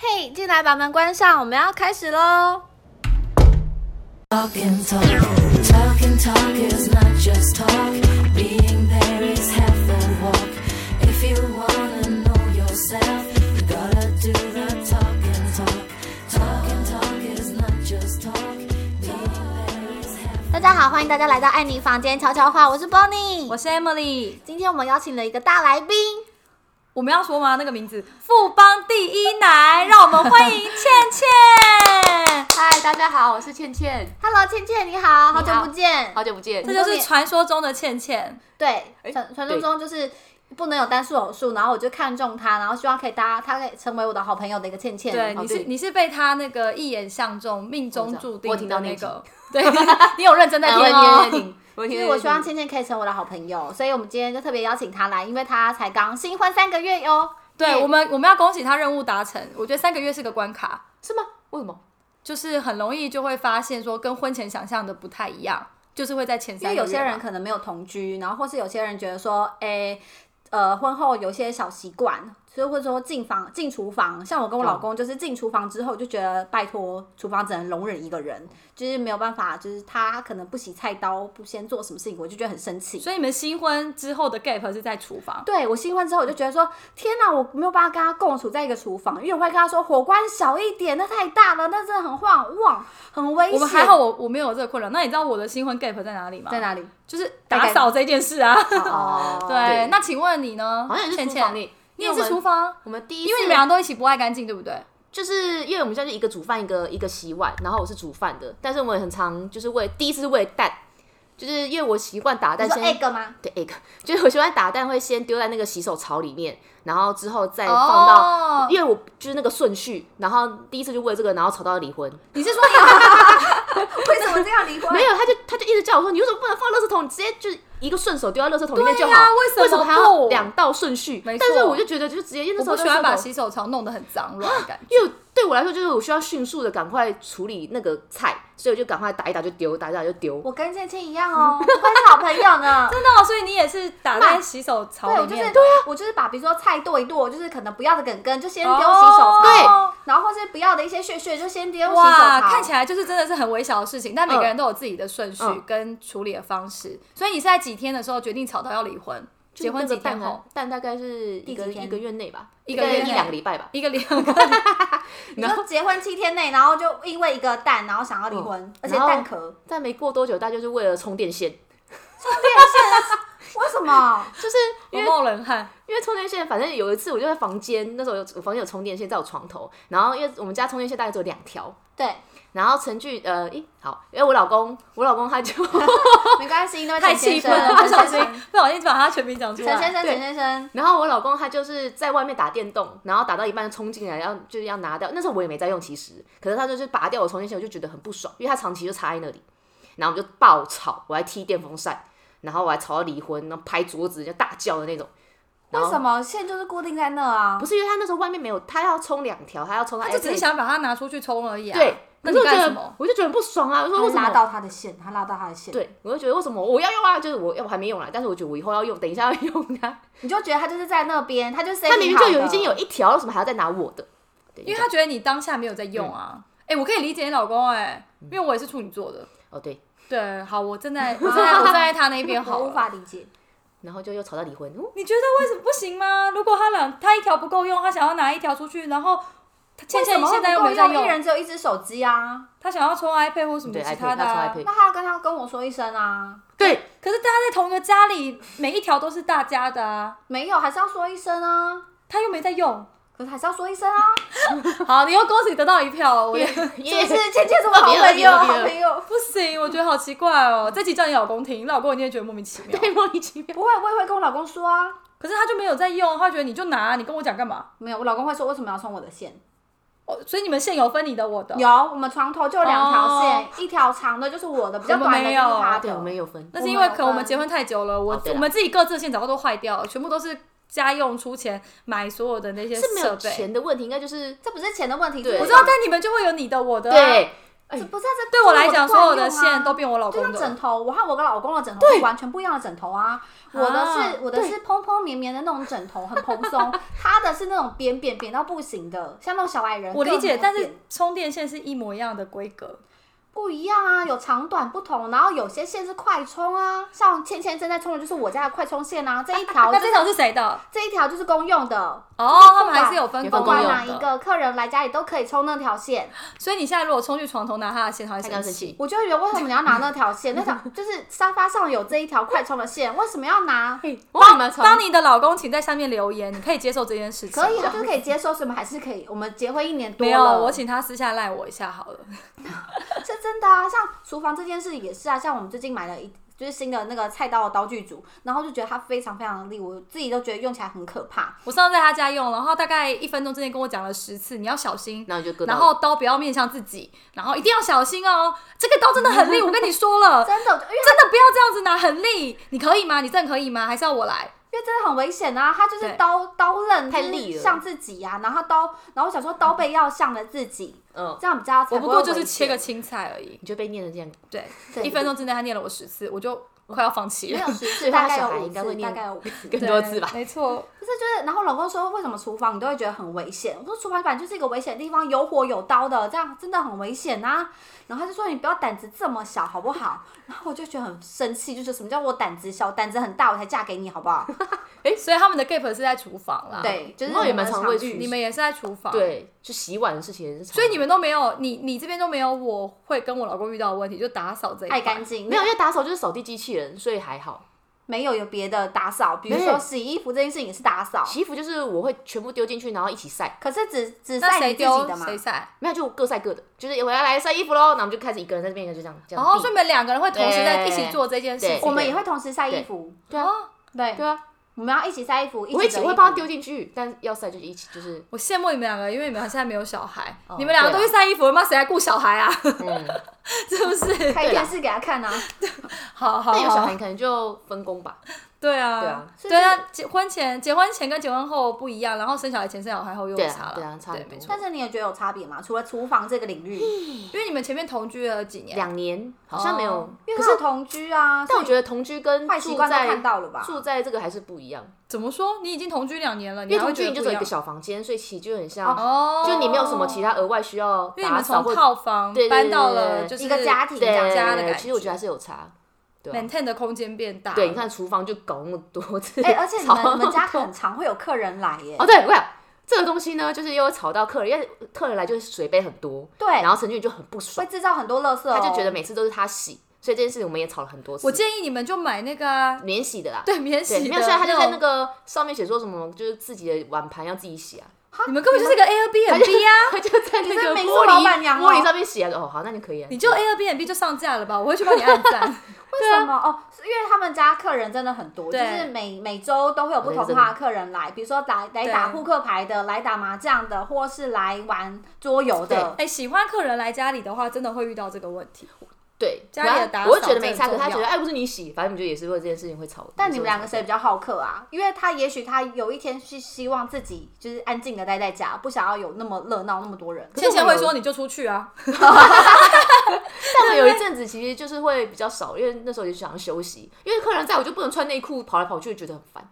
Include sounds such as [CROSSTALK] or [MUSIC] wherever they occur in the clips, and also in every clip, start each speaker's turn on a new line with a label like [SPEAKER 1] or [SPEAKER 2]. [SPEAKER 1] 哎进来，把门关上，我们要开始喽。
[SPEAKER 2] Talking, talk, talking, talk is not just talk. Being there is half the walk. If you wanna know yourself, you gotta do the talking, talk. Talking, talk is not just talk. Being there is half.
[SPEAKER 3] 大家好，欢迎大家来到艾妮房间悄悄话，我是 Bonnie，
[SPEAKER 1] 我是 Emily，
[SPEAKER 3] 今天我们邀请了一个大来宾，
[SPEAKER 1] 我们要说吗？那个名字，富邦第一男，让我们欢迎倩倩。
[SPEAKER 4] 嗨，大家好，我是倩倩，
[SPEAKER 3] Hello，倩倩你好，好
[SPEAKER 4] 你好
[SPEAKER 3] 久不见
[SPEAKER 4] 好。久不见
[SPEAKER 1] 这。就是传说中的倩倩，
[SPEAKER 3] 对，
[SPEAKER 4] 哎
[SPEAKER 3] 传传说
[SPEAKER 4] 对
[SPEAKER 3] 中就是不能有单数偶数，然后我就看中他，然后希望可以搭，他可以成为我的好朋友的一个倩倩。
[SPEAKER 1] 对，
[SPEAKER 4] 哦
[SPEAKER 1] 你是
[SPEAKER 4] 对
[SPEAKER 1] 你是被他那个一眼相中、命中注定
[SPEAKER 4] 我听
[SPEAKER 1] 的
[SPEAKER 4] 到
[SPEAKER 1] 那
[SPEAKER 4] 那
[SPEAKER 1] 个，对 [LAUGHS] 你有认真
[SPEAKER 3] [LAUGHS]
[SPEAKER 1] 在听
[SPEAKER 4] 啊我
[SPEAKER 1] 哦。
[SPEAKER 4] 听，我
[SPEAKER 3] 就
[SPEAKER 4] 听，
[SPEAKER 3] 是我希望倩倩可以成为我的好朋友，所以我们今天就特别邀请她来，因为她才刚新婚三个月哟。
[SPEAKER 1] [LAUGHS] 对
[SPEAKER 3] 耶
[SPEAKER 1] 我们，我们要恭喜他任务达成。我觉得三个月是个关卡，
[SPEAKER 4] 是吗？为什么？
[SPEAKER 1] 就是很容易就会发现说跟婚前想象的不太一样，就是会在前
[SPEAKER 3] 因
[SPEAKER 1] 三
[SPEAKER 3] 为
[SPEAKER 1] 个月
[SPEAKER 3] 有些人
[SPEAKER 1] 嘛
[SPEAKER 3] 可能没有同居，然后或是有些人觉得说，诶，呃，婚后有些小习惯，所以或者说进房进厨房，像我跟我老公就是进厨房之后就觉得，拜托，厨房只能容忍一个人，就是没有办法，就是他可能不洗菜刀，不先做什么事情，我就觉得很生气。
[SPEAKER 1] 所以你们新婚之后的 gap 是在厨房，
[SPEAKER 3] 对我新婚之后，我就觉得说，天哪，我没有办法跟他共处在一个厨房，因为我会跟他说火关小一点，那太大了，那真的很晃晃，很危险。
[SPEAKER 1] 我们还好我，我没有这个困扰。那你知道我的新婚 gap 在哪里吗？
[SPEAKER 3] 在哪里？
[SPEAKER 1] 就是
[SPEAKER 3] 大概
[SPEAKER 1] 打扫这件事啊。
[SPEAKER 3] 哦
[SPEAKER 1] 对，那请问你呢？
[SPEAKER 4] 好像也是
[SPEAKER 1] 倩
[SPEAKER 4] 厨房
[SPEAKER 1] 倩，
[SPEAKER 4] 里，
[SPEAKER 1] 你也
[SPEAKER 4] 因为
[SPEAKER 1] 是
[SPEAKER 4] 我们
[SPEAKER 1] 厨，房，啊
[SPEAKER 4] 我们第一次，
[SPEAKER 1] 因为你们俩都一起不爱干净，对不对？
[SPEAKER 4] 就是因为我们现在就一个煮饭，一个一个洗碗，然后我是煮饭的，但是我也很常就是为第一次是为蛋，就是因为我习惯打
[SPEAKER 3] 你
[SPEAKER 4] 蛋
[SPEAKER 3] 说
[SPEAKER 4] 先
[SPEAKER 3] egg 吗？
[SPEAKER 4] 对 egg，就是我喜欢打蛋会先丢在那个洗手槽里面，然后之后再放到。
[SPEAKER 3] 哦
[SPEAKER 1] 哦
[SPEAKER 4] 因为我就是那个顺序，然后第一次就为这个，然后吵到离婚。
[SPEAKER 1] 你是说你
[SPEAKER 3] 为什么这样离婚？
[SPEAKER 4] 没有，他就他就一直叫我说，你为什么不能放垃圾桶？你直接就是一个顺手丢在垃圾桶里面就
[SPEAKER 1] 对
[SPEAKER 4] 好。
[SPEAKER 1] 呀为什么
[SPEAKER 4] 为还要
[SPEAKER 1] 不
[SPEAKER 4] 两道顺序？
[SPEAKER 1] 没
[SPEAKER 4] 但
[SPEAKER 1] 错
[SPEAKER 4] 是我就觉得，就直接因为那
[SPEAKER 1] 我
[SPEAKER 4] 时候
[SPEAKER 1] 不喜欢把
[SPEAKER 4] 垃圾桶
[SPEAKER 1] 洗手槽弄得很脏乱的感觉。
[SPEAKER 4] 因为对我来说，就是我需要迅速的赶快处理那个菜，所以我就赶快打一打就丢，打一打就丢。
[SPEAKER 3] 我跟倩倩一样哦，我们是好朋友呢。
[SPEAKER 1] [LAUGHS] 真的哦，所以你也是打在洗手
[SPEAKER 3] 对，
[SPEAKER 1] 槽
[SPEAKER 3] 我
[SPEAKER 1] 里
[SPEAKER 3] 就是
[SPEAKER 1] 面。
[SPEAKER 3] 对啊，我就是把比如说菜剁一剁，就是可能不要的梗根就先丢洗手
[SPEAKER 1] 哦
[SPEAKER 3] 槽，
[SPEAKER 1] 对，
[SPEAKER 3] 然后或是不要的一些屑屑就先丢洗手
[SPEAKER 1] 哇，
[SPEAKER 3] 槽。
[SPEAKER 1] 看起来就是真的是很微小的事情，但每个
[SPEAKER 4] 嗯
[SPEAKER 1] 人都有自己的顺序
[SPEAKER 4] 嗯
[SPEAKER 1] 跟处理的方式。所以你是在几天的时候决定吵到要离婚？结婚
[SPEAKER 4] 就是
[SPEAKER 1] 几
[SPEAKER 4] 那个蛋
[SPEAKER 1] 天
[SPEAKER 4] 啊
[SPEAKER 1] 后？
[SPEAKER 4] 蛋大概是一个
[SPEAKER 3] 第几天
[SPEAKER 4] 一个月内吧，
[SPEAKER 1] 一
[SPEAKER 4] 一
[SPEAKER 1] 个月内
[SPEAKER 4] 一两个礼拜吧。
[SPEAKER 1] 一个两个，
[SPEAKER 3] 你说结婚七天内，然后就因为一个蛋，然后想要离婚，而且
[SPEAKER 4] 然后
[SPEAKER 3] 蛋壳
[SPEAKER 4] [LAUGHS] 但没过多久，大家就是为了充电线，
[SPEAKER 3] 为什么？
[SPEAKER 4] 就是
[SPEAKER 1] 我
[SPEAKER 4] 因为
[SPEAKER 1] 冒冷汗。
[SPEAKER 4] 因为充电线，反正有一次我就在房间，那时候有我房间有充电线在我床头，然后因为我们家充电线大概只有两条，
[SPEAKER 3] 对，
[SPEAKER 4] 然后陈俊呃，咦，好，因为我老公，我老公他就 [LAUGHS]
[SPEAKER 3] 没关系，那位
[SPEAKER 1] 太
[SPEAKER 3] 陈
[SPEAKER 1] 气
[SPEAKER 3] 先
[SPEAKER 1] 愤了，不
[SPEAKER 3] 生，
[SPEAKER 1] 小
[SPEAKER 3] 陈
[SPEAKER 1] 心
[SPEAKER 3] 先生，
[SPEAKER 1] 不小心把他全名讲出
[SPEAKER 3] 陈
[SPEAKER 1] 来。
[SPEAKER 3] 先生，
[SPEAKER 4] 对
[SPEAKER 3] 陈先生，
[SPEAKER 4] 然后我老公他就是在外面打电动，然后打到一半冲进来，要就是要拿掉。那时候我也没在用，其实，可是他就是拔掉我充电线，我就觉得很不爽，因为他长期就插在那里，然后我们就爆吵，我还踢电风扇，然后我还吵到离婚，然后拍桌子就大叫的那种。然
[SPEAKER 3] 为
[SPEAKER 4] 后
[SPEAKER 3] 什么线就是固定在那啊
[SPEAKER 4] 不？是因为他那时候外面没有，他要充两条，他要充到
[SPEAKER 1] 他就只是
[SPEAKER 4] SH
[SPEAKER 1] 想把它拿出去冲而已啊。
[SPEAKER 4] 对，
[SPEAKER 1] 那你
[SPEAKER 4] 可是我
[SPEAKER 1] 干
[SPEAKER 4] 觉
[SPEAKER 1] 什么
[SPEAKER 4] 得我就觉得很不爽啊，我说为什
[SPEAKER 3] 他
[SPEAKER 4] 么
[SPEAKER 3] 拉到他的线，他拉到他的线，
[SPEAKER 4] 对，我就觉得为什么我要用啊？就是我要我还没用啦，但是我觉得我以后要用，等一下要用啊它。
[SPEAKER 3] 你就觉得他就是在那边，他
[SPEAKER 1] 哎
[SPEAKER 3] 就是
[SPEAKER 4] 它明明就有已经
[SPEAKER 3] 有。
[SPEAKER 4] 有一条，为什么还要再拿我的？对
[SPEAKER 1] 因为
[SPEAKER 4] 就
[SPEAKER 1] 他觉得你当下没有在用
[SPEAKER 3] 嗯
[SPEAKER 1] 啊。哎、我可以理解你老公哎、因为我也是处女座的。
[SPEAKER 4] 哦对，
[SPEAKER 1] 对，好，我站
[SPEAKER 3] [LAUGHS]
[SPEAKER 1] 在我站在我站在他那边好
[SPEAKER 3] 我
[SPEAKER 1] 了
[SPEAKER 3] 无法理解，
[SPEAKER 4] 然后就又吵到离婚。哦
[SPEAKER 1] 你觉得为什么不行吗？如果他两他一条不够用，他想要拿一条出去，然后他倩
[SPEAKER 3] 为什
[SPEAKER 1] 倩
[SPEAKER 3] 么会
[SPEAKER 1] 现在又
[SPEAKER 3] 不够
[SPEAKER 1] 没在
[SPEAKER 3] 用？一
[SPEAKER 1] 用，
[SPEAKER 3] 人只有一只手机啊，
[SPEAKER 1] 他想要充 iPad 或什么
[SPEAKER 4] 对
[SPEAKER 1] 其
[SPEAKER 4] ，iPad，
[SPEAKER 1] 他的、
[SPEAKER 4] 他
[SPEAKER 1] 啊
[SPEAKER 4] 充。iPad。
[SPEAKER 3] 那他要跟他跟我说一声啊，
[SPEAKER 4] 对，
[SPEAKER 1] [LAUGHS] 可是大家在同一个家里，每一条都是大家的啊，
[SPEAKER 3] 没有，还是要说一声啊，
[SPEAKER 1] 他又没在
[SPEAKER 3] [LAUGHS]
[SPEAKER 1] 用。
[SPEAKER 3] 可是还是要说一
[SPEAKER 1] [LAUGHS]
[SPEAKER 3] 声啊，
[SPEAKER 1] 好，你又恭喜得到一票哦，我也
[SPEAKER 3] 是不是？倩倩是我
[SPEAKER 1] [LAUGHS]
[SPEAKER 3] 好
[SPEAKER 4] 别了
[SPEAKER 3] 朋
[SPEAKER 4] 别
[SPEAKER 3] 友，
[SPEAKER 4] 了
[SPEAKER 3] 好
[SPEAKER 4] 别了
[SPEAKER 3] 朋友。
[SPEAKER 1] 不行，我觉得好奇怪哦。这集叫你老公听，你老公一定会觉得莫名其妙。
[SPEAKER 4] 对， [LAUGHS] 莫名其妙。
[SPEAKER 3] 不会，我也会跟我老公说啊。
[SPEAKER 1] 可是他就没有在用，他觉得你就拿，你跟我讲干嘛？
[SPEAKER 3] 没有，我老公会说为什么要送我的线？
[SPEAKER 1] 哦，所以你们现有分你的我的，
[SPEAKER 3] 有，我们床头就有两条线，
[SPEAKER 1] 哦
[SPEAKER 3] 一条长的就是我的，比较
[SPEAKER 1] 我们
[SPEAKER 3] 短的
[SPEAKER 1] 没
[SPEAKER 3] 就是
[SPEAKER 1] 有
[SPEAKER 3] 他
[SPEAKER 4] 对，我们
[SPEAKER 3] 的。
[SPEAKER 4] 也有分。
[SPEAKER 1] 那是因为
[SPEAKER 3] 我们有
[SPEAKER 1] 可能我们
[SPEAKER 3] 分
[SPEAKER 1] 结婚太久了，我、
[SPEAKER 4] 哦对
[SPEAKER 1] 我
[SPEAKER 4] 啦
[SPEAKER 1] 们自己各自的线早就都坏掉了，全部都是家用出钱买所有的那些
[SPEAKER 4] 是没有
[SPEAKER 1] 设备。
[SPEAKER 4] 钱的问题，应该就是
[SPEAKER 3] 这不是钱的问题，
[SPEAKER 4] 对
[SPEAKER 3] 是
[SPEAKER 1] 我知道，但你们就会有你的我的啊、
[SPEAKER 4] 对。哎
[SPEAKER 3] 这不是啊这
[SPEAKER 1] 对我来讲，
[SPEAKER 3] 这
[SPEAKER 1] 所有的
[SPEAKER 3] 惯用啊
[SPEAKER 1] 线都变我老
[SPEAKER 3] 就
[SPEAKER 1] 公
[SPEAKER 3] 像
[SPEAKER 1] 的
[SPEAKER 3] 枕。头，我和我跟老公的枕头是完全不一样的枕头啊！我的是我的
[SPEAKER 4] 对
[SPEAKER 3] 是蓬蓬绵绵的那种枕头，很蓬
[SPEAKER 1] [LAUGHS]
[SPEAKER 3] 松；他的是那种扁扁扁到不行的，像那种小矮人。
[SPEAKER 1] 我理
[SPEAKER 3] 更没
[SPEAKER 1] 解，
[SPEAKER 3] 有
[SPEAKER 1] 但是
[SPEAKER 3] 扁
[SPEAKER 1] 充电线是一模一样的规格。
[SPEAKER 3] 不一样啊，有长短不同，然后有些线是快充啊，像芊芊正在充的就是我家的快充线啊，这一
[SPEAKER 1] [LAUGHS]
[SPEAKER 3] 条
[SPEAKER 1] 那
[SPEAKER 3] 就是
[SPEAKER 1] 这条是谁的？
[SPEAKER 3] 这一条就是公用的，
[SPEAKER 1] 哦，他们还是有分工
[SPEAKER 4] 有分
[SPEAKER 3] 不
[SPEAKER 4] 公
[SPEAKER 3] 管
[SPEAKER 4] 用
[SPEAKER 1] 的。
[SPEAKER 3] 哪一个客人来家里都可以充那条线。
[SPEAKER 1] 所以你现在如果冲去床头拿他的线，他会
[SPEAKER 4] 他刚
[SPEAKER 1] 生
[SPEAKER 4] 生
[SPEAKER 1] 气。
[SPEAKER 4] 气，
[SPEAKER 3] 我就会觉得为什么你要拿那条线？那条 [LAUGHS] 就是沙发上有这一条快充的线，为什么要拿？
[SPEAKER 4] 我帮你们从
[SPEAKER 1] 当你的老公，请在下面留言，你可以接受这件事情。
[SPEAKER 3] 可以啊，就是啊可以接受，什么还是可以。我们结婚一年多
[SPEAKER 1] 没
[SPEAKER 3] 了，
[SPEAKER 1] 有，啊我请他私下赖我一下好了。
[SPEAKER 3] 是真的啊。像厨房这件事也是啊，像我们最近买了一就是新的那个菜刀的刀具组，然后就觉得它非常非常的利，我自己都觉得用起来很可怕。
[SPEAKER 1] 我上次在他家用，然后大概一分钟之内跟我讲了十次，你要小心。
[SPEAKER 4] 然后你就割到
[SPEAKER 1] 然后刀不要面向自己，然后一定要小心哦。这个刀真的很利，我跟你说了，
[SPEAKER 3] 真的，因为
[SPEAKER 1] 真的不要这样子拿，很利。你可以吗？你真的可以吗？还是要我来？
[SPEAKER 3] 因为真的很危险啊！它就是
[SPEAKER 1] 对
[SPEAKER 3] 刀刀刃
[SPEAKER 4] 太
[SPEAKER 3] 就是
[SPEAKER 4] 利了
[SPEAKER 3] 像自己啊，然后刀，然后我想说刀背要向着自己，
[SPEAKER 4] 嗯，
[SPEAKER 3] 这样比较才
[SPEAKER 1] 我
[SPEAKER 3] 不
[SPEAKER 1] 不
[SPEAKER 3] 会
[SPEAKER 1] 过就是
[SPEAKER 3] 危
[SPEAKER 1] 切
[SPEAKER 3] 险
[SPEAKER 1] 个青菜而已。
[SPEAKER 4] 你就被念成这样，
[SPEAKER 1] 对，
[SPEAKER 3] 对
[SPEAKER 1] 一分钟之内他念了我十次，我就快要放弃
[SPEAKER 3] 没
[SPEAKER 1] 了。 [LAUGHS]
[SPEAKER 3] 有十次，
[SPEAKER 4] 以他
[SPEAKER 3] 大概
[SPEAKER 4] 小
[SPEAKER 3] 有
[SPEAKER 4] 孩
[SPEAKER 3] 五
[SPEAKER 4] 应该
[SPEAKER 3] 次
[SPEAKER 4] 会
[SPEAKER 3] 大
[SPEAKER 4] 念
[SPEAKER 3] 概有五次。
[SPEAKER 4] 更多次吧
[SPEAKER 1] 对。没错，
[SPEAKER 3] 不是，就是，然后老公说，为什么厨房你都会觉得很危险？我说厨房本来就是一个危险的地方，有火有刀的，这样真的很危险啊。然后他就说你不要胆子这么小，好不好？然后我就觉得很生气，就是什么叫我胆子小，胆子很大，我才嫁给你，好不好？
[SPEAKER 1] 所以他们的 gap 是在厨房啦。
[SPEAKER 3] 对，就是
[SPEAKER 4] 那也
[SPEAKER 3] 我们
[SPEAKER 4] 蛮
[SPEAKER 3] 的
[SPEAKER 4] 常
[SPEAKER 3] 常
[SPEAKER 4] 会
[SPEAKER 3] 遇
[SPEAKER 4] 去
[SPEAKER 1] 你们也是在厨房。。
[SPEAKER 4] 对，就洗碗的事情也是常，
[SPEAKER 1] 所以你们都没有，你你这边都没有，我会跟我老公遇到的问题，就打扫这一
[SPEAKER 3] 爱
[SPEAKER 1] 块。
[SPEAKER 3] 干净，
[SPEAKER 4] 没有，因为打扫就是扫地机器人，所以还好。
[SPEAKER 3] 没有有别的打扫，比如
[SPEAKER 4] 没
[SPEAKER 3] 说
[SPEAKER 4] 有
[SPEAKER 3] 洗衣服这件事情也是打扫，
[SPEAKER 4] 洗衣服就是我会全部丢进去，然后一起晒，
[SPEAKER 3] 可是只只
[SPEAKER 1] 那
[SPEAKER 3] 晒
[SPEAKER 1] 谁
[SPEAKER 3] 你自己
[SPEAKER 1] 丢
[SPEAKER 3] 的嘛。
[SPEAKER 1] 谁晒？
[SPEAKER 4] 没有就各晒各的，就是我要来晒衣服喽，然后我们就开始一个人在那边，一个就这样这样
[SPEAKER 1] 哦，
[SPEAKER 4] 递。
[SPEAKER 1] 所以你们两个人会同时在一
[SPEAKER 4] 对
[SPEAKER 1] 起做这件事情。
[SPEAKER 4] 对
[SPEAKER 3] 我们也会同时晒衣服，
[SPEAKER 4] 对啊，
[SPEAKER 1] 哦，
[SPEAKER 3] 对，
[SPEAKER 4] 对啊，
[SPEAKER 3] 我们要一起晒衣服，一
[SPEAKER 4] 我一
[SPEAKER 3] 起折
[SPEAKER 4] 起
[SPEAKER 3] 衣服
[SPEAKER 4] 会帮他丢。进去，但要晒就一起，
[SPEAKER 1] [LAUGHS]
[SPEAKER 4] 就是
[SPEAKER 1] 我羡慕你们两个，因为你们现在没有小孩，
[SPEAKER 4] 哦
[SPEAKER 1] 你们两个都去晒衣服，妈谁来顾小孩啊？
[SPEAKER 4] 嗯，
[SPEAKER 1] [LAUGHS] 是不是？
[SPEAKER 3] 开电视给他看啊，
[SPEAKER 1] 好好
[SPEAKER 4] 但
[SPEAKER 3] 哦
[SPEAKER 4] 有小
[SPEAKER 1] 好
[SPEAKER 4] 孩，可能就分工吧。
[SPEAKER 1] 对啊，
[SPEAKER 4] 对啊
[SPEAKER 1] 对啊，结婚前、结婚前跟结婚后不一样，然后生小孩前、生小孩后又有
[SPEAKER 4] 对啊
[SPEAKER 1] 差了，
[SPEAKER 4] 对啊差很多
[SPEAKER 1] 没错。
[SPEAKER 3] 但是你也觉得有差别吗？除了厨房这个领域，
[SPEAKER 4] 嗯
[SPEAKER 1] 因为你们前面同居了几年，
[SPEAKER 4] 两年好像没有
[SPEAKER 1] 哦，
[SPEAKER 3] 因为
[SPEAKER 4] 可
[SPEAKER 3] 他有
[SPEAKER 4] 是
[SPEAKER 3] 同居啊，
[SPEAKER 4] 但我
[SPEAKER 3] 得
[SPEAKER 4] 觉得同居跟
[SPEAKER 3] 坏习
[SPEAKER 4] 住
[SPEAKER 3] 惯都看
[SPEAKER 4] 在
[SPEAKER 3] 到了吧？
[SPEAKER 4] 住在这个还是不一样，
[SPEAKER 1] 怎么说？你已经同居两年了，
[SPEAKER 4] 因为
[SPEAKER 1] 还会
[SPEAKER 4] 同居
[SPEAKER 1] 觉得
[SPEAKER 4] 你就
[SPEAKER 1] 不
[SPEAKER 4] 只有一
[SPEAKER 1] 样
[SPEAKER 4] 个小房间，所以其实就很像，
[SPEAKER 1] 哦，
[SPEAKER 4] 就你没有什么其他额外需要
[SPEAKER 1] 因为你
[SPEAKER 4] 打
[SPEAKER 1] 们
[SPEAKER 4] 扫
[SPEAKER 1] 从
[SPEAKER 4] 或
[SPEAKER 1] 套房
[SPEAKER 4] 对对
[SPEAKER 1] 搬到
[SPEAKER 4] 对对
[SPEAKER 1] 了
[SPEAKER 4] 对
[SPEAKER 1] 就是
[SPEAKER 3] 一个家庭这样
[SPEAKER 4] 对
[SPEAKER 1] 家的感
[SPEAKER 4] 其实我觉
[SPEAKER 1] 觉
[SPEAKER 4] 得还是有差。对啊
[SPEAKER 1] maintain 的空间变大。
[SPEAKER 4] 对，你，看厨房就搞那么多次，
[SPEAKER 3] 哎、而且你
[SPEAKER 4] 吵
[SPEAKER 3] 们
[SPEAKER 4] 那
[SPEAKER 3] 你们
[SPEAKER 4] 么
[SPEAKER 3] 家
[SPEAKER 4] 多
[SPEAKER 3] 很常会有客人来耶，
[SPEAKER 4] 哦，对，我想这个东西呢，就是又吵到客人，因为客人来就是水杯很多，
[SPEAKER 3] 对，
[SPEAKER 4] 然后陈俊宇就很不爽
[SPEAKER 3] 会，制造很多垃圾、哦
[SPEAKER 4] 他就觉得。每次都是他洗，所以这件事情我们也吵了很多次。
[SPEAKER 1] 我建议你们就买那个啊，
[SPEAKER 4] 免洗的啦，
[SPEAKER 1] 对免洗
[SPEAKER 4] 对，
[SPEAKER 1] 的，
[SPEAKER 4] 没有，虽然他就在那
[SPEAKER 1] 种，
[SPEAKER 4] 个上面写说什么，就是自己的碗盘要自己洗啊， [LAUGHS]
[SPEAKER 1] 你们根本就是个 Airbnb 啊，
[SPEAKER 4] 他就在那
[SPEAKER 3] 你是
[SPEAKER 4] 个
[SPEAKER 3] 民
[SPEAKER 4] 玻
[SPEAKER 3] 宿老
[SPEAKER 4] 璃
[SPEAKER 3] 板娘哦
[SPEAKER 4] 玻璃上面写啊，哦，好，那你可以啊，
[SPEAKER 1] 你就 Airbnb 就上架了吧，我会去帮你按赞。
[SPEAKER 3] 为什么？
[SPEAKER 4] 啊
[SPEAKER 3] 哦，是因为他们家客人真的很多，就
[SPEAKER 1] 对
[SPEAKER 3] 是每每周都会有不同化的客人来，比如说来来打
[SPEAKER 1] 对
[SPEAKER 3] 扑克牌的，来打麻将的，或是来玩桌游的。
[SPEAKER 1] 哎，喜欢客人来家里的话，真的会遇到这个问题。
[SPEAKER 4] 对，
[SPEAKER 1] 家里的
[SPEAKER 4] 然后
[SPEAKER 1] 打
[SPEAKER 4] 我就
[SPEAKER 1] 扫
[SPEAKER 4] 觉得
[SPEAKER 1] 真的
[SPEAKER 4] 没差，可
[SPEAKER 1] 很
[SPEAKER 4] 是他觉
[SPEAKER 1] 重
[SPEAKER 4] 得
[SPEAKER 1] 要
[SPEAKER 4] 哎，不是你洗，反正你们就也是为了这件事情会吵。
[SPEAKER 3] 但你们两个
[SPEAKER 4] 是会
[SPEAKER 3] 谁比较好客啊？因为他也许他有一天是希望自己就是安静的待在家，不想要有那么热闹那么多人。
[SPEAKER 4] 可是
[SPEAKER 1] 倩
[SPEAKER 4] 我
[SPEAKER 1] 倩
[SPEAKER 4] 们
[SPEAKER 1] 会
[SPEAKER 4] 有
[SPEAKER 1] 说你就出去啊，
[SPEAKER 4] 吵？但我们有一阵子其实就是会比较少，因为那时候也想要休息，因为客人在我就不能穿内裤跑来跑去，觉得很烦。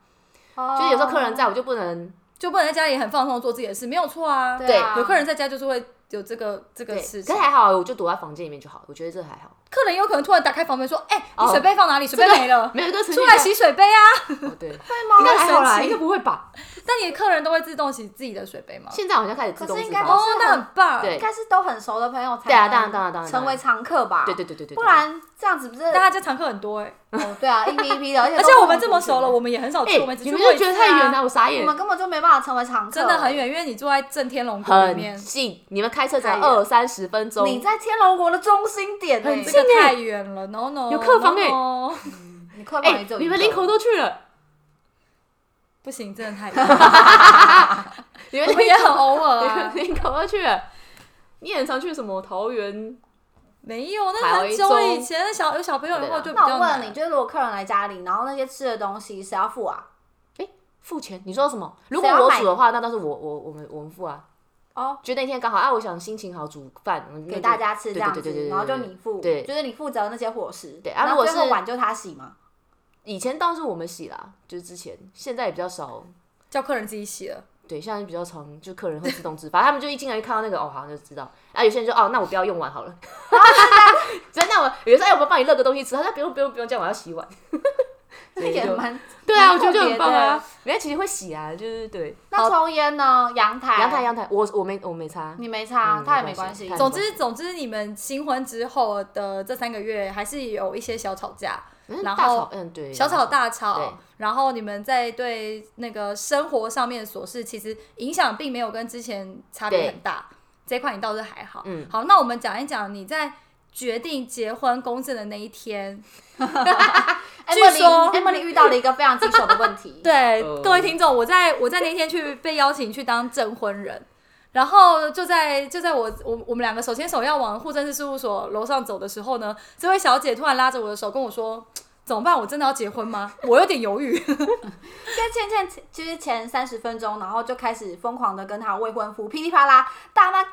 [SPEAKER 3] 就
[SPEAKER 4] 就是有时候客人在我就不能
[SPEAKER 1] 就不能在家里很放松地做自己的事，没有错啊。
[SPEAKER 3] 对啊
[SPEAKER 1] 有客人在家就是会有这个这个
[SPEAKER 4] 对，可
[SPEAKER 1] 事
[SPEAKER 4] 是
[SPEAKER 1] 情。
[SPEAKER 4] 还好，我就躲在房间里面就好，我觉得这还好。
[SPEAKER 1] 客人有可能突然打开房门说：“哎，你
[SPEAKER 4] 哦
[SPEAKER 1] 水杯放哪里？水杯
[SPEAKER 4] 这个
[SPEAKER 1] 没了，
[SPEAKER 4] 没有跟陈
[SPEAKER 1] 出
[SPEAKER 4] 俊
[SPEAKER 1] 来
[SPEAKER 4] 在
[SPEAKER 1] 洗水杯啊。”
[SPEAKER 4] 哦，对，
[SPEAKER 3] 对
[SPEAKER 4] 应
[SPEAKER 3] 吗？
[SPEAKER 4] 该还好
[SPEAKER 1] 生
[SPEAKER 4] 啦，
[SPEAKER 1] 气
[SPEAKER 4] 应该不会吧？
[SPEAKER 1] 但你的客人都会自动洗自己的水杯吗？
[SPEAKER 4] 现在好像开始自
[SPEAKER 3] 可
[SPEAKER 4] 动
[SPEAKER 3] 是
[SPEAKER 4] 自
[SPEAKER 3] 应该
[SPEAKER 1] 哦
[SPEAKER 4] 发
[SPEAKER 3] 都，是，
[SPEAKER 1] 那很棒。
[SPEAKER 4] 对
[SPEAKER 3] 应该是都很熟的朋友才
[SPEAKER 4] 对啊
[SPEAKER 3] 能
[SPEAKER 4] 当然当然当然
[SPEAKER 3] 成为常客吧。
[SPEAKER 4] 对对对对对，对
[SPEAKER 3] 不然这样子不是？
[SPEAKER 1] 但他家常客很多哎、
[SPEAKER 3] 哦，对啊，一批一批的，而且
[SPEAKER 1] 而
[SPEAKER 4] [LAUGHS]
[SPEAKER 3] 而
[SPEAKER 1] 且我们这么熟了，我们也很少
[SPEAKER 3] [LAUGHS]
[SPEAKER 1] 去，
[SPEAKER 4] 哎
[SPEAKER 1] 我们只，
[SPEAKER 4] 你
[SPEAKER 1] 去
[SPEAKER 4] 们
[SPEAKER 1] 过
[SPEAKER 4] 就
[SPEAKER 1] 一次啊
[SPEAKER 4] 觉得太远了，我傻
[SPEAKER 3] 我
[SPEAKER 4] 眼
[SPEAKER 3] 们。根本就没办法成为常客，
[SPEAKER 1] 真的很。远，因为你住在正天龙谷里
[SPEAKER 4] 很
[SPEAKER 1] 面，
[SPEAKER 4] 近，你们开车只要
[SPEAKER 3] 太远
[SPEAKER 4] 二三十分钟，
[SPEAKER 3] 你在天龙国的中心点呢、
[SPEAKER 1] 很这
[SPEAKER 4] 近
[SPEAKER 1] 个
[SPEAKER 4] 欸
[SPEAKER 1] 太远了，no no，
[SPEAKER 4] 有客房欸
[SPEAKER 1] no, no
[SPEAKER 3] 你客房
[SPEAKER 4] 哎
[SPEAKER 3] 也只有，一个
[SPEAKER 4] 你们林口都去了，
[SPEAKER 1] 不行，真的太远了，
[SPEAKER 4] [LAUGHS] 你们
[SPEAKER 1] 我
[SPEAKER 4] 林
[SPEAKER 1] 们也很偶尔
[SPEAKER 4] 你
[SPEAKER 1] 啊
[SPEAKER 4] 们， [LAUGHS] 林口都去了，你也很常去什么桃园？
[SPEAKER 1] 没有，那
[SPEAKER 4] 还有
[SPEAKER 1] 很
[SPEAKER 4] 一
[SPEAKER 1] 久以
[SPEAKER 4] 周
[SPEAKER 1] 前，那小有小朋友的话就比
[SPEAKER 3] 那
[SPEAKER 1] 较
[SPEAKER 3] 我问你，
[SPEAKER 1] 难。
[SPEAKER 3] 就是如果客人来家里，然后那些吃的东西谁要付啊？
[SPEAKER 4] 付钱，你说什么？如果
[SPEAKER 3] 谁要
[SPEAKER 4] 我
[SPEAKER 3] 买
[SPEAKER 4] 煮的话，那倒是我我我们我们付啊。
[SPEAKER 3] 哦，
[SPEAKER 4] 就那天刚好啊，我想心情好煮饭嗯
[SPEAKER 3] 给大家吃这样子
[SPEAKER 4] 对对对对，对
[SPEAKER 3] 然后就你付，
[SPEAKER 4] 对
[SPEAKER 3] 就是你负责那些伙食，
[SPEAKER 4] 对啊
[SPEAKER 3] 然
[SPEAKER 4] 如
[SPEAKER 3] 后
[SPEAKER 4] 果
[SPEAKER 3] 最后
[SPEAKER 4] 是
[SPEAKER 3] 碗就他洗嘛。
[SPEAKER 4] 以前倒是我们洗啦，就是之前，现在也比较少。
[SPEAKER 1] 叫客人自己洗了。
[SPEAKER 4] 对，现在比较常就客人会自动自发，他们就一进来就看到那个哦，好像就知道。啊，有些人就哦，那我不要用碗好了。 [LAUGHS] 真的，我有时候哎，我们帮你热个东西吃，他说不用不用不用，这样我要洗碗。
[SPEAKER 3] 那 [LAUGHS]
[SPEAKER 4] 对
[SPEAKER 3] 也
[SPEAKER 4] 就
[SPEAKER 3] 蛮
[SPEAKER 4] 对
[SPEAKER 3] 蛮
[SPEAKER 4] 啊，我觉得
[SPEAKER 3] 特
[SPEAKER 4] 就
[SPEAKER 3] 别
[SPEAKER 4] 很棒
[SPEAKER 3] 的
[SPEAKER 4] 啊。人家其实会洗啊，就是对。
[SPEAKER 3] 那抽烟呢？阳台，
[SPEAKER 4] 阳台，阳台，我我没我没擦，
[SPEAKER 3] 你没擦，
[SPEAKER 4] 嗯
[SPEAKER 3] 他也
[SPEAKER 4] 没
[SPEAKER 3] 没
[SPEAKER 4] 关
[SPEAKER 3] 关
[SPEAKER 4] 系
[SPEAKER 3] 系
[SPEAKER 4] 他。也
[SPEAKER 1] 总之，总之，你们新婚之后的这三个月，还是有一些小吵架，
[SPEAKER 4] 嗯
[SPEAKER 1] 然
[SPEAKER 4] 大
[SPEAKER 1] 后
[SPEAKER 4] 吵嗯对
[SPEAKER 1] 小吵大
[SPEAKER 4] 对
[SPEAKER 1] 吵。然后你们在对那个生活上面的琐事，其实影响并没有跟之前差别
[SPEAKER 4] 对
[SPEAKER 1] 很大。这一块你倒是还好。
[SPEAKER 4] 嗯
[SPEAKER 1] 好，那我们讲一讲你在决定结婚公证的那一
[SPEAKER 4] 嗯
[SPEAKER 1] 天。据
[SPEAKER 3] Emily-
[SPEAKER 1] 说，
[SPEAKER 3] Emily 遇到了一个非常棘手的问题
[SPEAKER 1] [LAUGHS] 对，
[SPEAKER 4] 哦
[SPEAKER 1] 各位听众，我在我在那天去被邀请去当证婚人，然后就在就在我我我们两个手牵手要往户政事事务所楼上走的时候呢，这位小姐突然拉着我的手跟我说：“怎么办？我真的要结婚吗？”我有点犹豫。
[SPEAKER 3] 跟倩倩其实前三十分钟，然后就开始疯狂的跟她未婚夫噼里啪啦大骂，干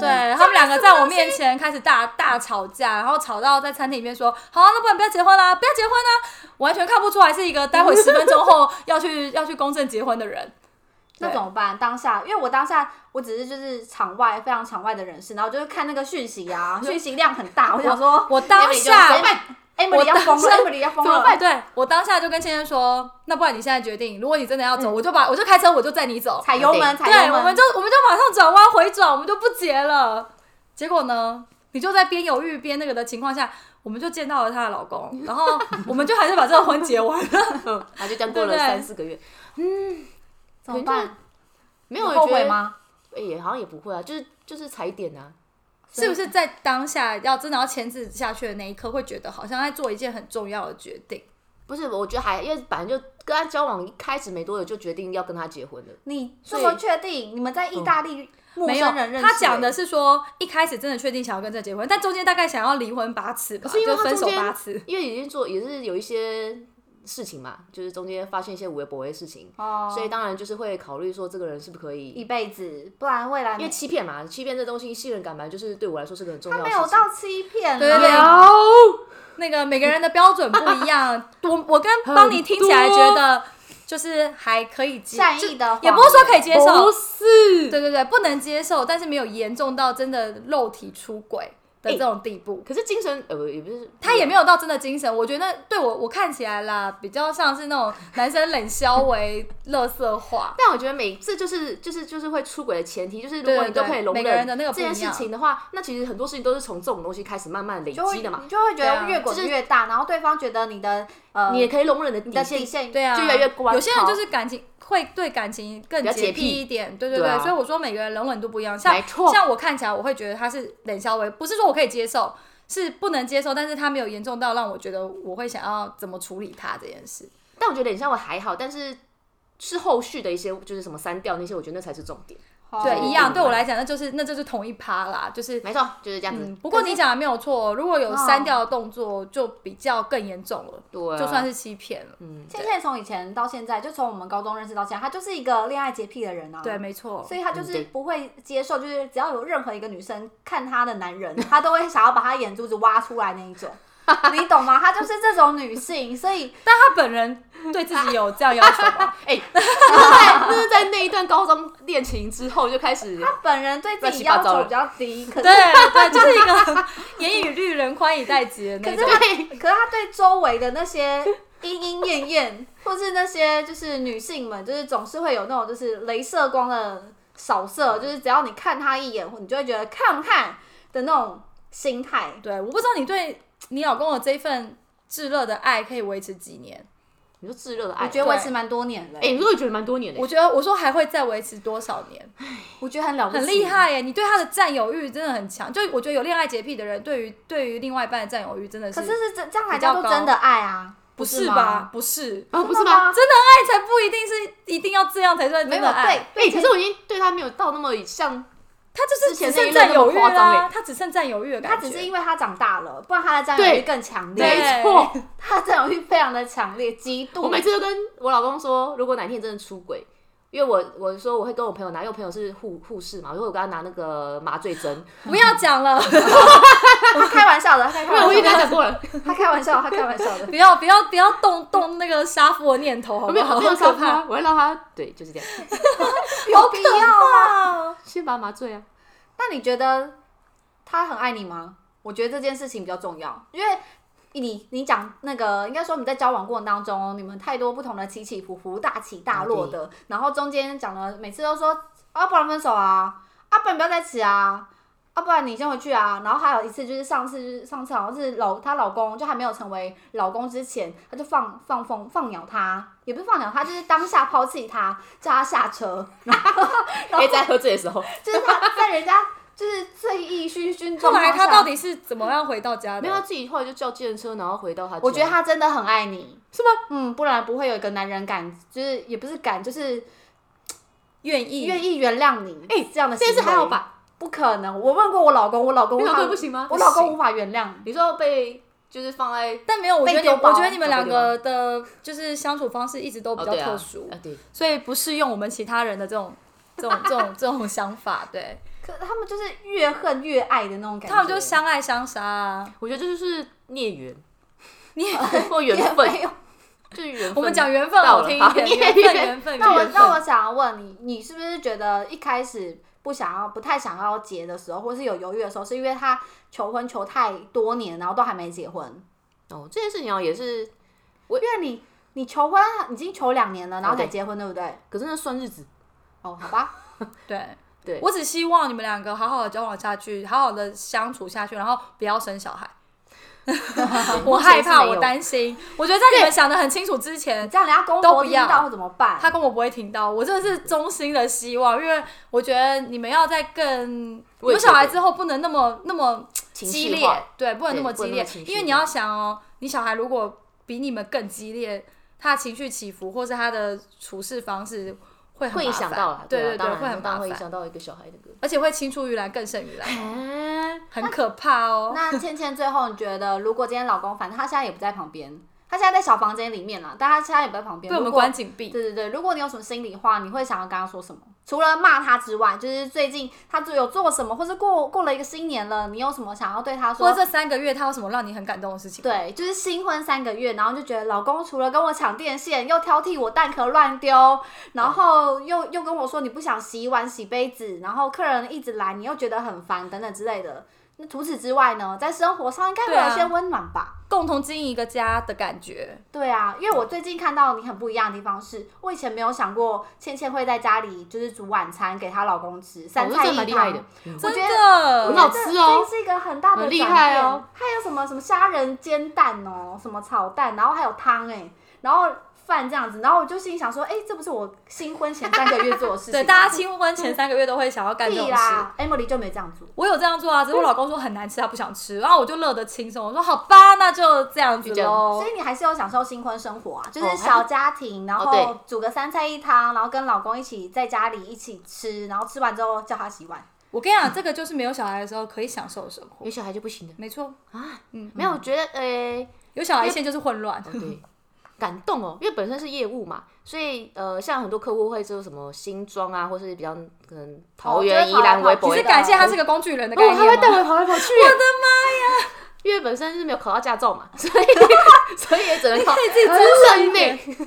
[SPEAKER 1] 对他们两个在我面前开始大大吵架，然后吵到在餐厅里面说：“好、啊，那不然不要结婚啦，不要结婚啦！”完全看不出来是一个待会十分钟后要去 [LAUGHS] 要去公证结婚的人。
[SPEAKER 3] 那怎么办？当下，因为我当下我只是就是场外非常场外的人士，然后就是看那个讯息
[SPEAKER 1] [LAUGHS]
[SPEAKER 3] 啊，讯息量很大，我想说
[SPEAKER 1] 我 [LAUGHS] 当
[SPEAKER 4] Emily 就
[SPEAKER 1] 下
[SPEAKER 4] 怎么办
[SPEAKER 3] Emily 要疯了，Emily 要疯
[SPEAKER 1] 怎么
[SPEAKER 3] 了，
[SPEAKER 1] 办？对我当下就跟芊芊说，那不然你现在决定，如果你真的要走，我就把我就开车，我就载你走。
[SPEAKER 3] 踩油门，嗯踩
[SPEAKER 1] 对，
[SPEAKER 3] 油
[SPEAKER 1] 我们
[SPEAKER 3] 门
[SPEAKER 1] 就，我们就马上转弯回转，我们就不结了。结果呢，你就在边犹豫边那个的情况下，我们就见到了她的老公，然后我们就还是把这个婚结完了。
[SPEAKER 4] 然啊后就这样
[SPEAKER 1] 对
[SPEAKER 4] 过了
[SPEAKER 1] 不对
[SPEAKER 4] 三四个月，
[SPEAKER 3] 怎么办？
[SPEAKER 4] 没
[SPEAKER 3] 没
[SPEAKER 4] 有我
[SPEAKER 3] 后
[SPEAKER 4] 觉
[SPEAKER 3] 悔
[SPEAKER 4] 得
[SPEAKER 3] 吗？
[SPEAKER 4] 哎也好像也不会啊，就是就是踩点啊，
[SPEAKER 1] 是不是在当下要真的要签字下去的那一刻，会觉得好像在做一件很重要的决定？
[SPEAKER 4] 不是，我觉得还因为反正就跟他交往一开始没多久就决定要跟他结婚了。
[SPEAKER 3] 你这
[SPEAKER 4] 所以
[SPEAKER 3] 么确定？你们在意大利陌
[SPEAKER 1] 嗯没有
[SPEAKER 3] 生人，认识？
[SPEAKER 1] 他讲的是说一开始真的确定想要跟这结婚，但中间大概想要离婚八次吧，
[SPEAKER 4] 是因为
[SPEAKER 1] 就
[SPEAKER 4] 他
[SPEAKER 1] 分手
[SPEAKER 4] 中间
[SPEAKER 1] 八次。
[SPEAKER 4] 因为已经做也是有一些事情嘛，就是中间发现一些无微不微的事情，
[SPEAKER 3] 哦，
[SPEAKER 4] 所以当然就是会考虑说这个人是不是可以，
[SPEAKER 3] 一辈子，不然未来
[SPEAKER 4] 因为欺骗嘛，欺骗这东西信任感本来就是对我来说是个很重要
[SPEAKER 3] 他
[SPEAKER 4] 的
[SPEAKER 3] 没
[SPEAKER 4] 事
[SPEAKER 3] 有
[SPEAKER 4] 情。
[SPEAKER 3] 到欺骗啊，
[SPEAKER 1] 对对对那个每个人的标准不一样，我我跟邦尼听起来觉得就是还可以接，
[SPEAKER 3] 善
[SPEAKER 1] 就
[SPEAKER 3] 意的谎言
[SPEAKER 1] 也不是说可以接受，
[SPEAKER 4] 是，
[SPEAKER 1] 对对对，不能接受，但是没有严重到真的肉体出轨的这种地步。
[SPEAKER 4] 可是精神呃不也不是，。
[SPEAKER 1] 他也没有到真的精神，我觉得对我我看起来啦，比较像是那种男生冷消为 [LAUGHS] 乐色化
[SPEAKER 4] 但我觉得每次就是就是就是会出轨的前提，就是如果
[SPEAKER 1] 对对
[SPEAKER 4] 你都可以容
[SPEAKER 1] 每个人
[SPEAKER 4] 忍
[SPEAKER 1] 的那个
[SPEAKER 4] 这
[SPEAKER 1] 不一样
[SPEAKER 4] 件事情的话，那其实很多事情都是从这种东西开始慢慢累
[SPEAKER 3] 就会
[SPEAKER 4] 积的嘛
[SPEAKER 3] 你。就会觉
[SPEAKER 1] 对
[SPEAKER 3] 得
[SPEAKER 1] 啊
[SPEAKER 3] 越滚
[SPEAKER 4] 就是
[SPEAKER 3] 越大，然后对方觉得你的呃
[SPEAKER 4] 你也可以容忍的
[SPEAKER 3] 你的
[SPEAKER 4] 底
[SPEAKER 3] 底
[SPEAKER 4] 线
[SPEAKER 3] 线
[SPEAKER 1] 对啊，
[SPEAKER 4] 就越来越关
[SPEAKER 1] 有些人
[SPEAKER 4] 靠
[SPEAKER 1] 就是感情会对感情更
[SPEAKER 4] 比较洁
[SPEAKER 1] 洁
[SPEAKER 4] 癖
[SPEAKER 1] 一点，对对
[SPEAKER 4] 对
[SPEAKER 1] 对，
[SPEAKER 4] 啊
[SPEAKER 1] 所以我说每个人容忍度不一样。像
[SPEAKER 4] 没错
[SPEAKER 1] 像我看起来，我会觉得他是冷笑微，不是说我可以接受，是不能接受，但是他没有严重到让我觉得我会想要怎么处理他这件事。
[SPEAKER 4] 但我觉得脸上我还好，但是是后续的一些就是什么删掉那些，我觉得那才是重点。
[SPEAKER 3] 哦
[SPEAKER 1] 对，一样，
[SPEAKER 4] 嗯
[SPEAKER 1] 对我来讲，那就是那就是同一趴啦，就是。
[SPEAKER 4] 没错，就是这嗯样子。
[SPEAKER 1] 嗯，不过你讲的没有错，如果有
[SPEAKER 3] 哦
[SPEAKER 1] 删掉的动作，就比较更严重了，
[SPEAKER 4] 对啊
[SPEAKER 1] 就
[SPEAKER 4] [LAUGHS]
[SPEAKER 1] 算是欺骗了。
[SPEAKER 3] 倩倩从以前到现在，就从我们高中认识到现在，她就是一个恋爱洁癖的人啊。
[SPEAKER 1] 对，。没错。
[SPEAKER 3] 所以她就
[SPEAKER 4] 嗯
[SPEAKER 3] 是
[SPEAKER 4] 对
[SPEAKER 3] 不会接受，就是只要有任何一个女生看她的男人，她都会想要把她眼珠子挖出来那一种，你懂吗？她就是这种女性，所以
[SPEAKER 1] 但他本人对自己有这样要求吗？
[SPEAKER 4] 哎、就是在就是在那一段高中恋情之后就
[SPEAKER 1] [LAUGHS]
[SPEAKER 4] 开始，
[SPEAKER 3] 她本人对自己
[SPEAKER 4] 乱
[SPEAKER 3] 要
[SPEAKER 4] 七八糟
[SPEAKER 3] 求
[SPEAKER 4] 了
[SPEAKER 3] 比较低，可
[SPEAKER 1] 对
[SPEAKER 3] 是
[SPEAKER 1] 对，就是一个严以律人，宽以待己的那
[SPEAKER 3] 可是
[SPEAKER 1] 种。
[SPEAKER 3] 她可是她对周围的那些 [LAUGHS] 莺莺燕燕，或是那些就是女性们，就是总是会有那种就是镭射光的扫
[SPEAKER 1] 嗯
[SPEAKER 3] 射，就是只要你看她一眼，你就会觉得看看的那种心态。
[SPEAKER 1] 对，我不知道你对你老公的这一份炙热的爱可以维持几年？
[SPEAKER 4] 你说炙热的爱，
[SPEAKER 1] 哎
[SPEAKER 3] 我觉得维持蛮多年欸的、
[SPEAKER 4] 哎、你如果觉得蛮多年的、
[SPEAKER 1] 我觉得我说还会再维持多少年，
[SPEAKER 3] 我觉得很了不起，
[SPEAKER 1] 很厉。害耶！你对他的占有欲真的很强，就我觉得有恋爱洁癖的人，对于对于另外一半的占有欲真的
[SPEAKER 3] 可
[SPEAKER 1] 是，
[SPEAKER 3] 是是真这样才叫做真的爱啊，
[SPEAKER 1] 不是
[SPEAKER 3] 是吗
[SPEAKER 1] 吧？？不是，
[SPEAKER 4] 啊，不是
[SPEAKER 3] 真的
[SPEAKER 4] 吧？
[SPEAKER 3] 吗？
[SPEAKER 1] 真的爱才不一定是一定要这样才算
[SPEAKER 3] 没
[SPEAKER 1] 真
[SPEAKER 3] 有
[SPEAKER 1] 的爱，
[SPEAKER 3] 对
[SPEAKER 4] 哎、可是我已经对他没有到那么像，
[SPEAKER 1] 他就是
[SPEAKER 4] 之前
[SPEAKER 1] 只
[SPEAKER 4] 那
[SPEAKER 1] 剩
[SPEAKER 4] 一任
[SPEAKER 1] 占
[SPEAKER 4] 那么
[SPEAKER 1] 有欲
[SPEAKER 4] 夸张
[SPEAKER 1] 啦
[SPEAKER 4] 耶，
[SPEAKER 1] 他只剩占有欲的感
[SPEAKER 3] 他
[SPEAKER 1] 觉，
[SPEAKER 3] 只是因为他长大了，不然他的占有欲
[SPEAKER 4] 对
[SPEAKER 3] 更强
[SPEAKER 1] 对
[SPEAKER 3] 烈，
[SPEAKER 4] 没错。
[SPEAKER 3] 他的占有欲非常的强烈，极
[SPEAKER 4] 我
[SPEAKER 3] 度
[SPEAKER 4] 每。次都跟我老公说，如果哪天真的出轨，因为我我说我会跟我朋友拿，因为我朋友是护护士嘛，我说我跟他拿那个麻醉针，
[SPEAKER 1] 不要讲了，
[SPEAKER 3] 他开玩笑的，他开
[SPEAKER 4] 因为我已经
[SPEAKER 3] 玩
[SPEAKER 4] 跟他
[SPEAKER 3] 笑
[SPEAKER 4] 讲
[SPEAKER 3] 的，
[SPEAKER 4] 过了，
[SPEAKER 3] 他开玩笑，他开
[SPEAKER 1] [LAUGHS]
[SPEAKER 3] 玩笑的。
[SPEAKER 1] 不要不要不要动动那个杀父的念头，好
[SPEAKER 4] 我
[SPEAKER 1] 不
[SPEAKER 4] 没有
[SPEAKER 1] 哦好？
[SPEAKER 4] 我没有
[SPEAKER 1] 好
[SPEAKER 4] 杀
[SPEAKER 1] 可
[SPEAKER 4] 他，
[SPEAKER 1] 怕，
[SPEAKER 4] 我会让他对就是这样，
[SPEAKER 3] 有必要吗？
[SPEAKER 4] 先把他麻醉啊。
[SPEAKER 3] 那你觉得他很爱你吗？我觉得这件事情比较重要，因为你你讲那个，应该说你在交往过程当中，你们太多不同的起起伏伏、大起大落的，然后中间讲了，每次都说啊，不然分手啊，啊，不然不要在一起啊。啊，不然你先回去啊。然后还有一次就是上次，就是上次好像是老她老公就还没有成为老公之前，她就放放风放鸟他，也不是放鸟他，就是当下抛弃他，叫他下车，
[SPEAKER 4] 因为在喝醉的时候，
[SPEAKER 3] 就是他在人家就是醉意醺醺状
[SPEAKER 1] 后来
[SPEAKER 3] 况
[SPEAKER 1] 他
[SPEAKER 3] 下，
[SPEAKER 1] 到底是怎么样回到家的？
[SPEAKER 4] [LAUGHS] 没有啊他自己后来就叫计程车，然后回到他家。
[SPEAKER 3] 我觉得他真的很爱你，
[SPEAKER 4] 是吗？
[SPEAKER 3] 嗯，不然不会有一个男人敢，就是也不是敢，就是
[SPEAKER 1] 愿意
[SPEAKER 3] 愿意原谅你，
[SPEAKER 4] 哎
[SPEAKER 3] 这样的
[SPEAKER 4] 这件事
[SPEAKER 3] 行为
[SPEAKER 4] 还好？吧？
[SPEAKER 3] 不可能，我问过我老公，我老公
[SPEAKER 4] 你
[SPEAKER 3] 无
[SPEAKER 4] 老
[SPEAKER 3] 法
[SPEAKER 4] 公不行吗？
[SPEAKER 3] 我老公
[SPEAKER 4] 不
[SPEAKER 3] 无
[SPEAKER 4] 行，
[SPEAKER 3] 法原谅，
[SPEAKER 4] 你说被就是放在
[SPEAKER 1] 但没有，我觉得你
[SPEAKER 3] 被丢包
[SPEAKER 1] 我觉得你们
[SPEAKER 4] 搞
[SPEAKER 1] 两
[SPEAKER 4] 不
[SPEAKER 1] 个的就是相处方式一直都比较特殊，
[SPEAKER 4] 哦对啊啊
[SPEAKER 1] 所以不适用我们其他人的这种。 [LAUGHS] 这种这种这种想法，对
[SPEAKER 3] 可他们就是越恨越爱的那种感觉，
[SPEAKER 1] 他们就相爱相杀啊
[SPEAKER 4] 对！我觉得这就是孽 [LAUGHS] 缘
[SPEAKER 1] 你
[SPEAKER 4] 或
[SPEAKER 3] 也
[SPEAKER 4] 缘
[SPEAKER 3] 没
[SPEAKER 4] 分，
[SPEAKER 3] 有。
[SPEAKER 4] [LAUGHS] 就是缘
[SPEAKER 1] [LAUGHS]
[SPEAKER 4] 分。
[SPEAKER 1] 我们讲缘分
[SPEAKER 4] 到
[SPEAKER 1] 好
[SPEAKER 4] 了
[SPEAKER 1] 听
[SPEAKER 4] 好
[SPEAKER 1] 一点，
[SPEAKER 4] 孽
[SPEAKER 1] 缘分缘分。
[SPEAKER 3] 那我
[SPEAKER 1] 缘分
[SPEAKER 3] 那我想要问你，你是不是觉得一开始不想要、不太想要结的时候，或是有犹豫的时候，是因为他求婚求太多年，然后都还没结婚？
[SPEAKER 4] 哦，这件事情哦也是，
[SPEAKER 3] 因为你你求婚已经求两年
[SPEAKER 1] 哦
[SPEAKER 3] 了，然后才
[SPEAKER 4] 对
[SPEAKER 3] 结婚，对不对？
[SPEAKER 4] 可是那算日子，
[SPEAKER 3] 哦，好吧，
[SPEAKER 1] 对
[SPEAKER 4] 对
[SPEAKER 1] 我只希望你们两个好好的交往下去，好好的相处下去，然后不要生小
[SPEAKER 4] [LAUGHS]
[SPEAKER 1] 孩。我害怕，我担心。我觉得在你们想的很清楚之前
[SPEAKER 3] 你，这样人家公
[SPEAKER 1] 都
[SPEAKER 3] 婆
[SPEAKER 1] 不
[SPEAKER 3] 听
[SPEAKER 1] 要
[SPEAKER 3] 到会怎么办？
[SPEAKER 1] 他跟我不会听到，我真的是衷心的希望，因为我觉得你们要在更
[SPEAKER 4] 我
[SPEAKER 1] 有
[SPEAKER 4] 也觉得
[SPEAKER 1] 小孩之后不能那么那么
[SPEAKER 4] 情
[SPEAKER 1] 激
[SPEAKER 4] 绪
[SPEAKER 1] 烈
[SPEAKER 4] 化，
[SPEAKER 1] 对，不能那么
[SPEAKER 4] 对不
[SPEAKER 1] 激
[SPEAKER 4] 能
[SPEAKER 1] 烈
[SPEAKER 4] 那么情，绪化
[SPEAKER 1] 因为你要想哦，你小孩如果比你们更激烈，他的情绪起伏或是他的处事方式会很
[SPEAKER 4] 会影响
[SPEAKER 1] 麻烦
[SPEAKER 4] 到啦，
[SPEAKER 1] 对
[SPEAKER 4] 对啊
[SPEAKER 1] 对，
[SPEAKER 4] 当然
[SPEAKER 1] 会很
[SPEAKER 4] 当然
[SPEAKER 1] 麻
[SPEAKER 4] 会影
[SPEAKER 1] 烦，
[SPEAKER 4] 响到一个小孩的歌。
[SPEAKER 1] 而且会青出于蓝更胜于蓝，
[SPEAKER 4] 哎，
[SPEAKER 1] 很可怕哦。
[SPEAKER 3] 那倩倩最后你觉得，如果今天老公，反正他现在也不在旁边，他现在在小房间里面啦，啊但他现在也不在旁边，
[SPEAKER 1] 被我们
[SPEAKER 3] 如果
[SPEAKER 1] 关紧闭，
[SPEAKER 3] 对对对，如果你有什么心里话，你会想要跟他说什么？除了骂他之外，就是最近他有做什么，或是过过了一个新年了，你有什么想要对他
[SPEAKER 1] 或
[SPEAKER 3] 说
[SPEAKER 1] 者？这三个月他有什么让你很感动的事情？
[SPEAKER 3] 对，就是新婚三个月，然后就觉得老公除了跟我抢电线，又挑剔我蛋壳乱丢，然后又又跟我说你不想洗碗洗杯子，然后客人一直来，你又觉得很烦等等之类的。那除此之外呢，在生活上应该会
[SPEAKER 1] 对啊
[SPEAKER 3] 有一些温暖吧？
[SPEAKER 1] 共同经营一个家的感觉，
[SPEAKER 3] 对啊，因为我最近看到你很不一样的地方是，我以前没有想过倩倩会在家里就是煮晚餐给她老公吃，三
[SPEAKER 4] 我
[SPEAKER 3] 菜
[SPEAKER 4] 哦这
[SPEAKER 3] 一
[SPEAKER 4] 蛮厉
[SPEAKER 3] 汤。
[SPEAKER 4] 害的，嗯
[SPEAKER 1] 真
[SPEAKER 3] 觉
[SPEAKER 1] 的
[SPEAKER 4] 很好吃哦
[SPEAKER 3] 这是一个很大的转
[SPEAKER 4] 很厉
[SPEAKER 3] 变
[SPEAKER 4] 害哦。
[SPEAKER 3] 还有什么什么虾仁煎蛋哦，什么炒蛋，然后还有汤哎、然后饭这样子，然后我就心里想说，哎、这不是我新婚前三个月做的事情
[SPEAKER 4] [LAUGHS]
[SPEAKER 3] 吗。
[SPEAKER 1] 对，大家新婚前三个月都会想要干这种
[SPEAKER 3] 屁
[SPEAKER 1] 事。
[SPEAKER 3] 啦，Emily 就没这样做。
[SPEAKER 1] 我有这样做啊，只是我老公说很难吃，他不想吃，然后我就乐得轻松，我说好吧，那就这样子
[SPEAKER 4] 就这样
[SPEAKER 1] 喽
[SPEAKER 3] 所。以你还是有享受新婚生活啊，就
[SPEAKER 4] 哦哦还
[SPEAKER 3] 是小家庭，然
[SPEAKER 4] 哦对
[SPEAKER 3] 后煮个三菜一汤，然后跟老公一起在家里一起吃，然后吃完之后叫他洗碗。
[SPEAKER 1] 我跟你讲，这个就是没有小孩的时候可以享受的生活
[SPEAKER 4] 有，小孩就不行了
[SPEAKER 1] 没错，
[SPEAKER 4] 啊。没有，我觉得呃，
[SPEAKER 1] 有小孩现在就是混乱
[SPEAKER 4] 哦，对，感动哦，因为本身是业务嘛，所以呃，像很多客户会做什么新装啊，或是比较可能桃
[SPEAKER 3] 就
[SPEAKER 4] 园、
[SPEAKER 3] 是
[SPEAKER 4] 宜
[SPEAKER 3] 跑来
[SPEAKER 4] 兰、
[SPEAKER 3] 跑
[SPEAKER 4] 微
[SPEAKER 3] 去
[SPEAKER 4] 博
[SPEAKER 1] 只
[SPEAKER 3] 的
[SPEAKER 1] 是感谢他是个工具人的
[SPEAKER 4] 哦，
[SPEAKER 1] 概
[SPEAKER 4] 他会
[SPEAKER 1] 念
[SPEAKER 4] 带
[SPEAKER 1] 吗？
[SPEAKER 4] 我跑来跑去。 [LAUGHS] 我的妈呀！因为本身是没有考到驾照嘛，所 [LAUGHS] 以所以也只能靠自己
[SPEAKER 1] 真
[SPEAKER 4] 认命。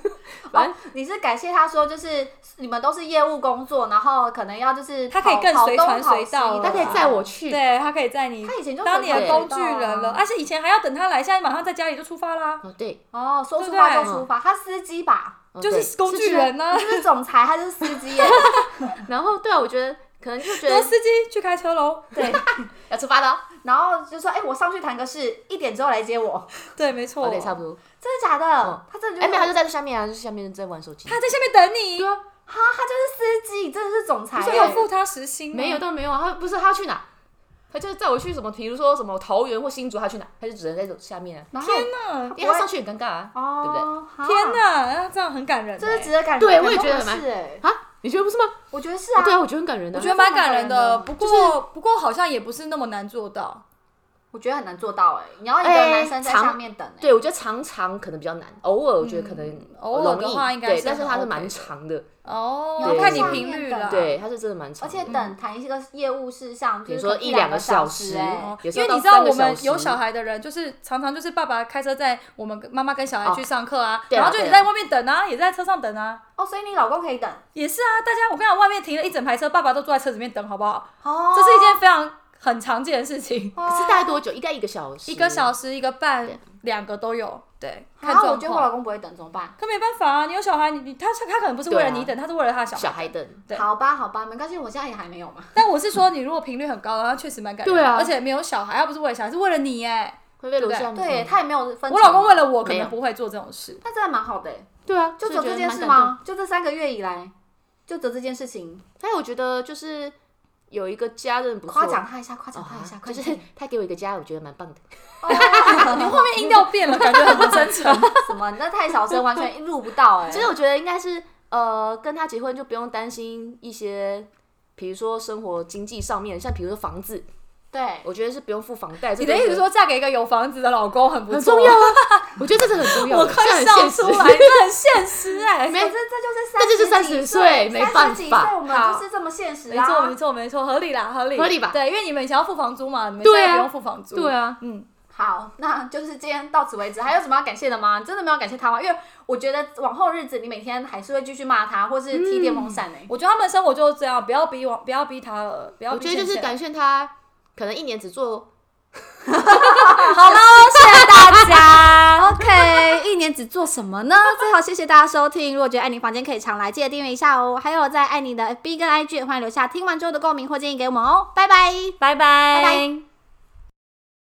[SPEAKER 4] 反正
[SPEAKER 3] 你是感谢他说，就是你们都是业务工作，然后可能要就是
[SPEAKER 1] 他可以
[SPEAKER 3] 跑
[SPEAKER 1] 更
[SPEAKER 3] 跑
[SPEAKER 1] 随
[SPEAKER 3] 东
[SPEAKER 1] 传
[SPEAKER 3] 跑
[SPEAKER 1] 随
[SPEAKER 3] 西
[SPEAKER 1] 到了
[SPEAKER 4] 他可以载我去，
[SPEAKER 1] 对他可以在你
[SPEAKER 3] 他以前就
[SPEAKER 1] 当你的
[SPEAKER 3] 随
[SPEAKER 4] 传
[SPEAKER 1] 工
[SPEAKER 4] 随
[SPEAKER 3] 到
[SPEAKER 1] 具人了，
[SPEAKER 4] 哎
[SPEAKER 3] 啊
[SPEAKER 1] 而且以前还要等他来，现在马上在家里就出发啦，
[SPEAKER 4] 哦对，
[SPEAKER 3] 哦，说出
[SPEAKER 1] 对不
[SPEAKER 3] 发
[SPEAKER 1] 对
[SPEAKER 3] 就出发，他司机吧，
[SPEAKER 4] [LAUGHS] 哦
[SPEAKER 1] 就
[SPEAKER 4] 对
[SPEAKER 1] 是工具人啊呢
[SPEAKER 3] 他。是总裁，他是司机耶。
[SPEAKER 4] 然后对啊，我觉得可能就觉
[SPEAKER 1] 那
[SPEAKER 4] 得
[SPEAKER 1] 司机去开车喽。
[SPEAKER 3] 对，
[SPEAKER 4] 要出发了哦，
[SPEAKER 3] 然后就说，哎、我上去谈个事，一点之后来接我，
[SPEAKER 1] [LAUGHS] 对，没错
[SPEAKER 4] 哦，对，差不多。
[SPEAKER 3] 真的假的？
[SPEAKER 4] 嗯
[SPEAKER 3] 他真的就
[SPEAKER 4] 哎，
[SPEAKER 3] 是
[SPEAKER 4] 没有，他就在下面啊，就是下面在玩手机。
[SPEAKER 1] 他在下面等你，
[SPEAKER 3] 哈，他就是司机，真的是总裁
[SPEAKER 1] 不
[SPEAKER 3] 耶。
[SPEAKER 1] 是有付他时薪吗？
[SPEAKER 4] 没有，倒没有啊，他不是他要去哪？他就是载我去什么，比如说什么桃园或新竹，他去哪，他就只能在下面啊，
[SPEAKER 3] 然后
[SPEAKER 1] 天哪，
[SPEAKER 4] 因为他上去很尴尬啊，对不对？
[SPEAKER 3] 哦，哈
[SPEAKER 1] 天哪，那这样很感人欸。
[SPEAKER 3] 这是值得感
[SPEAKER 4] 对
[SPEAKER 3] 感
[SPEAKER 4] 我也
[SPEAKER 3] 动
[SPEAKER 4] 觉得
[SPEAKER 3] 的
[SPEAKER 4] 蛮
[SPEAKER 3] 事哎，
[SPEAKER 4] 啊，你觉得不是吗？
[SPEAKER 3] 我觉得是
[SPEAKER 4] 哦
[SPEAKER 3] 啊，
[SPEAKER 4] 对啊，我觉得很感人的
[SPEAKER 1] 我
[SPEAKER 4] 啊。
[SPEAKER 1] 觉得蛮感人的，
[SPEAKER 3] 就是
[SPEAKER 1] 不过不过好像也不是那么难做到。
[SPEAKER 3] 我觉得很难做到哎、你要一个
[SPEAKER 4] 哎
[SPEAKER 3] 男生在
[SPEAKER 4] 长
[SPEAKER 3] 下面等哎、
[SPEAKER 4] 对，我觉得常常可能比较难，偶尔我觉得可能
[SPEAKER 1] 偶尔的
[SPEAKER 4] 容易
[SPEAKER 1] 话应该
[SPEAKER 4] 对，
[SPEAKER 1] 是
[SPEAKER 4] 但是
[SPEAKER 1] 很
[SPEAKER 4] 它是
[SPEAKER 1] OK
[SPEAKER 4] 蛮
[SPEAKER 1] 的
[SPEAKER 4] 长的，
[SPEAKER 1] 哦，
[SPEAKER 4] 对
[SPEAKER 1] 看你频率啦。
[SPEAKER 4] 对，它是真的蛮
[SPEAKER 3] 而
[SPEAKER 4] 长的。嗯
[SPEAKER 3] 且等谈一个业务事项，
[SPEAKER 4] 比
[SPEAKER 3] 就
[SPEAKER 4] 如
[SPEAKER 3] 是
[SPEAKER 4] 说
[SPEAKER 3] 可能
[SPEAKER 4] 一
[SPEAKER 3] 两
[SPEAKER 4] 两个
[SPEAKER 3] 小
[SPEAKER 4] 小时
[SPEAKER 3] 哎、
[SPEAKER 4] 哦有时
[SPEAKER 1] 因
[SPEAKER 4] 候
[SPEAKER 1] 为你
[SPEAKER 4] 到
[SPEAKER 1] 知道
[SPEAKER 4] 三个
[SPEAKER 1] 我们
[SPEAKER 4] 小
[SPEAKER 1] 有
[SPEAKER 4] 时
[SPEAKER 1] 小孩的人，就是常常就是爸爸开车载我们妈妈跟小孩
[SPEAKER 4] 哦
[SPEAKER 1] 去上课啊，
[SPEAKER 4] 对啊
[SPEAKER 1] 然后就
[SPEAKER 4] 对
[SPEAKER 1] 你
[SPEAKER 4] 啊
[SPEAKER 1] 在外面等啊，也在车上等啊，
[SPEAKER 3] 哦，所以你老公可以等
[SPEAKER 1] 也是啊，大家我跟你讲，外面停了一整排车，爸爸都坐在车子里面等，好不好？
[SPEAKER 3] 哦，
[SPEAKER 1] 这是一件非常很常见的事情，
[SPEAKER 3] 哦
[SPEAKER 4] 可是大概多久？应该一个小时，
[SPEAKER 1] 一个小时、一个
[SPEAKER 4] 对
[SPEAKER 1] 半、两个都有，对，看
[SPEAKER 3] 啊，我
[SPEAKER 1] 状
[SPEAKER 3] 觉得我老
[SPEAKER 1] 况。
[SPEAKER 3] 公不会等，怎么办？
[SPEAKER 1] 可没办法啊，你有小孩，你你他他可能不是为了你等，他是为了他的
[SPEAKER 4] 小
[SPEAKER 1] 小孩。
[SPEAKER 4] 孩等。
[SPEAKER 1] 对
[SPEAKER 3] 好吧，好吧，没关系，我现在也还没有嘛。
[SPEAKER 1] 但我是说，你如果频率很高的话，确实蛮感人的。
[SPEAKER 4] 对啊
[SPEAKER 1] 而且没有小孩，他不是为了小孩，是为了你哎。
[SPEAKER 4] 会被楼
[SPEAKER 1] 对
[SPEAKER 4] 下
[SPEAKER 3] 对
[SPEAKER 4] 嗯
[SPEAKER 3] 他也没有分成。
[SPEAKER 1] 我老公为了我，可
[SPEAKER 4] 没
[SPEAKER 1] 能
[SPEAKER 4] 有
[SPEAKER 1] 不会做这种事。
[SPEAKER 3] 那真的蛮好的欸，
[SPEAKER 4] 对啊，
[SPEAKER 3] 就
[SPEAKER 4] 所以
[SPEAKER 3] 走
[SPEAKER 4] 觉
[SPEAKER 3] 这
[SPEAKER 4] 得
[SPEAKER 3] 件
[SPEAKER 4] 蛮
[SPEAKER 3] 事
[SPEAKER 4] 感动？
[SPEAKER 3] 吗？就这三个月以来，就走这件事情，
[SPEAKER 4] 还有我觉得就是有一个家人不错
[SPEAKER 3] 夸奖他一下，夸奖
[SPEAKER 4] 哦
[SPEAKER 3] 他一下，快
[SPEAKER 4] 就
[SPEAKER 3] 点 [LAUGHS]
[SPEAKER 4] 是 [LAUGHS] 他给我一个家人，我觉得蛮棒的。
[SPEAKER 3] 哦
[SPEAKER 1] 你后面音调变了，感觉很不真诚。
[SPEAKER 3] 什么？你那太小声，完全录不到哎。
[SPEAKER 4] 其实我觉得应该是呃，跟他结婚就不用担心一些，比如说生活经济上面，像比如说房子，
[SPEAKER 3] 对，
[SPEAKER 4] 我觉得是不用付房贷。这
[SPEAKER 1] [LAUGHS] 你的
[SPEAKER 4] 个
[SPEAKER 1] 意思
[SPEAKER 4] 我觉
[SPEAKER 1] 是
[SPEAKER 4] 得
[SPEAKER 1] 说，嫁给一个有房子的老公很不
[SPEAKER 4] 很
[SPEAKER 1] 错
[SPEAKER 4] 重要？啊？ [LAUGHS] 我觉得这是很重要的，
[SPEAKER 1] 我快
[SPEAKER 4] 这很
[SPEAKER 1] 笑
[SPEAKER 4] 现实
[SPEAKER 1] 出 [LAUGHS] 来，这很现实哎。
[SPEAKER 4] 没
[SPEAKER 3] 可是这
[SPEAKER 4] 这
[SPEAKER 3] 就
[SPEAKER 4] 就是是
[SPEAKER 3] 三
[SPEAKER 4] 三
[SPEAKER 3] 十
[SPEAKER 4] 十
[SPEAKER 3] 岁，
[SPEAKER 4] 岁没办
[SPEAKER 3] 30几
[SPEAKER 4] 法
[SPEAKER 3] 岁我们就是这么现实
[SPEAKER 1] 没错，
[SPEAKER 3] 啊
[SPEAKER 1] 没。错，没错，合理啦，合理，
[SPEAKER 4] 合理吧
[SPEAKER 1] 对，因为你们以前要付房租嘛，你们现
[SPEAKER 4] 对啊
[SPEAKER 1] 在不用付房租。
[SPEAKER 4] 对啊，
[SPEAKER 1] 嗯，
[SPEAKER 3] 好，那就是今天到此为止。还有什么要感谢的吗？你真的没有感谢他吗？因为我觉得往后日子你每天还是会继续骂他，或是踢电风扇呢、欸
[SPEAKER 1] 我觉得他们生活就是这样，不要逼我，不要逼他了，不要
[SPEAKER 4] 我
[SPEAKER 1] 逼
[SPEAKER 4] 觉
[SPEAKER 1] 倩
[SPEAKER 4] 得
[SPEAKER 1] 倩。
[SPEAKER 4] 就是感谢他，可能一年只做
[SPEAKER 3] 好喽，谢谢大
[SPEAKER 4] [LAUGHS]
[SPEAKER 3] 家。OK，一年只做什么呢？最好谢谢大家收听。如果觉得爱你房间可以常来，记得订阅一下哦。还有在爱你的 FB 跟 IG，也欢迎留下听完之后的共鸣或建议给我们哦。拜拜，
[SPEAKER 1] 拜拜
[SPEAKER 3] 拜拜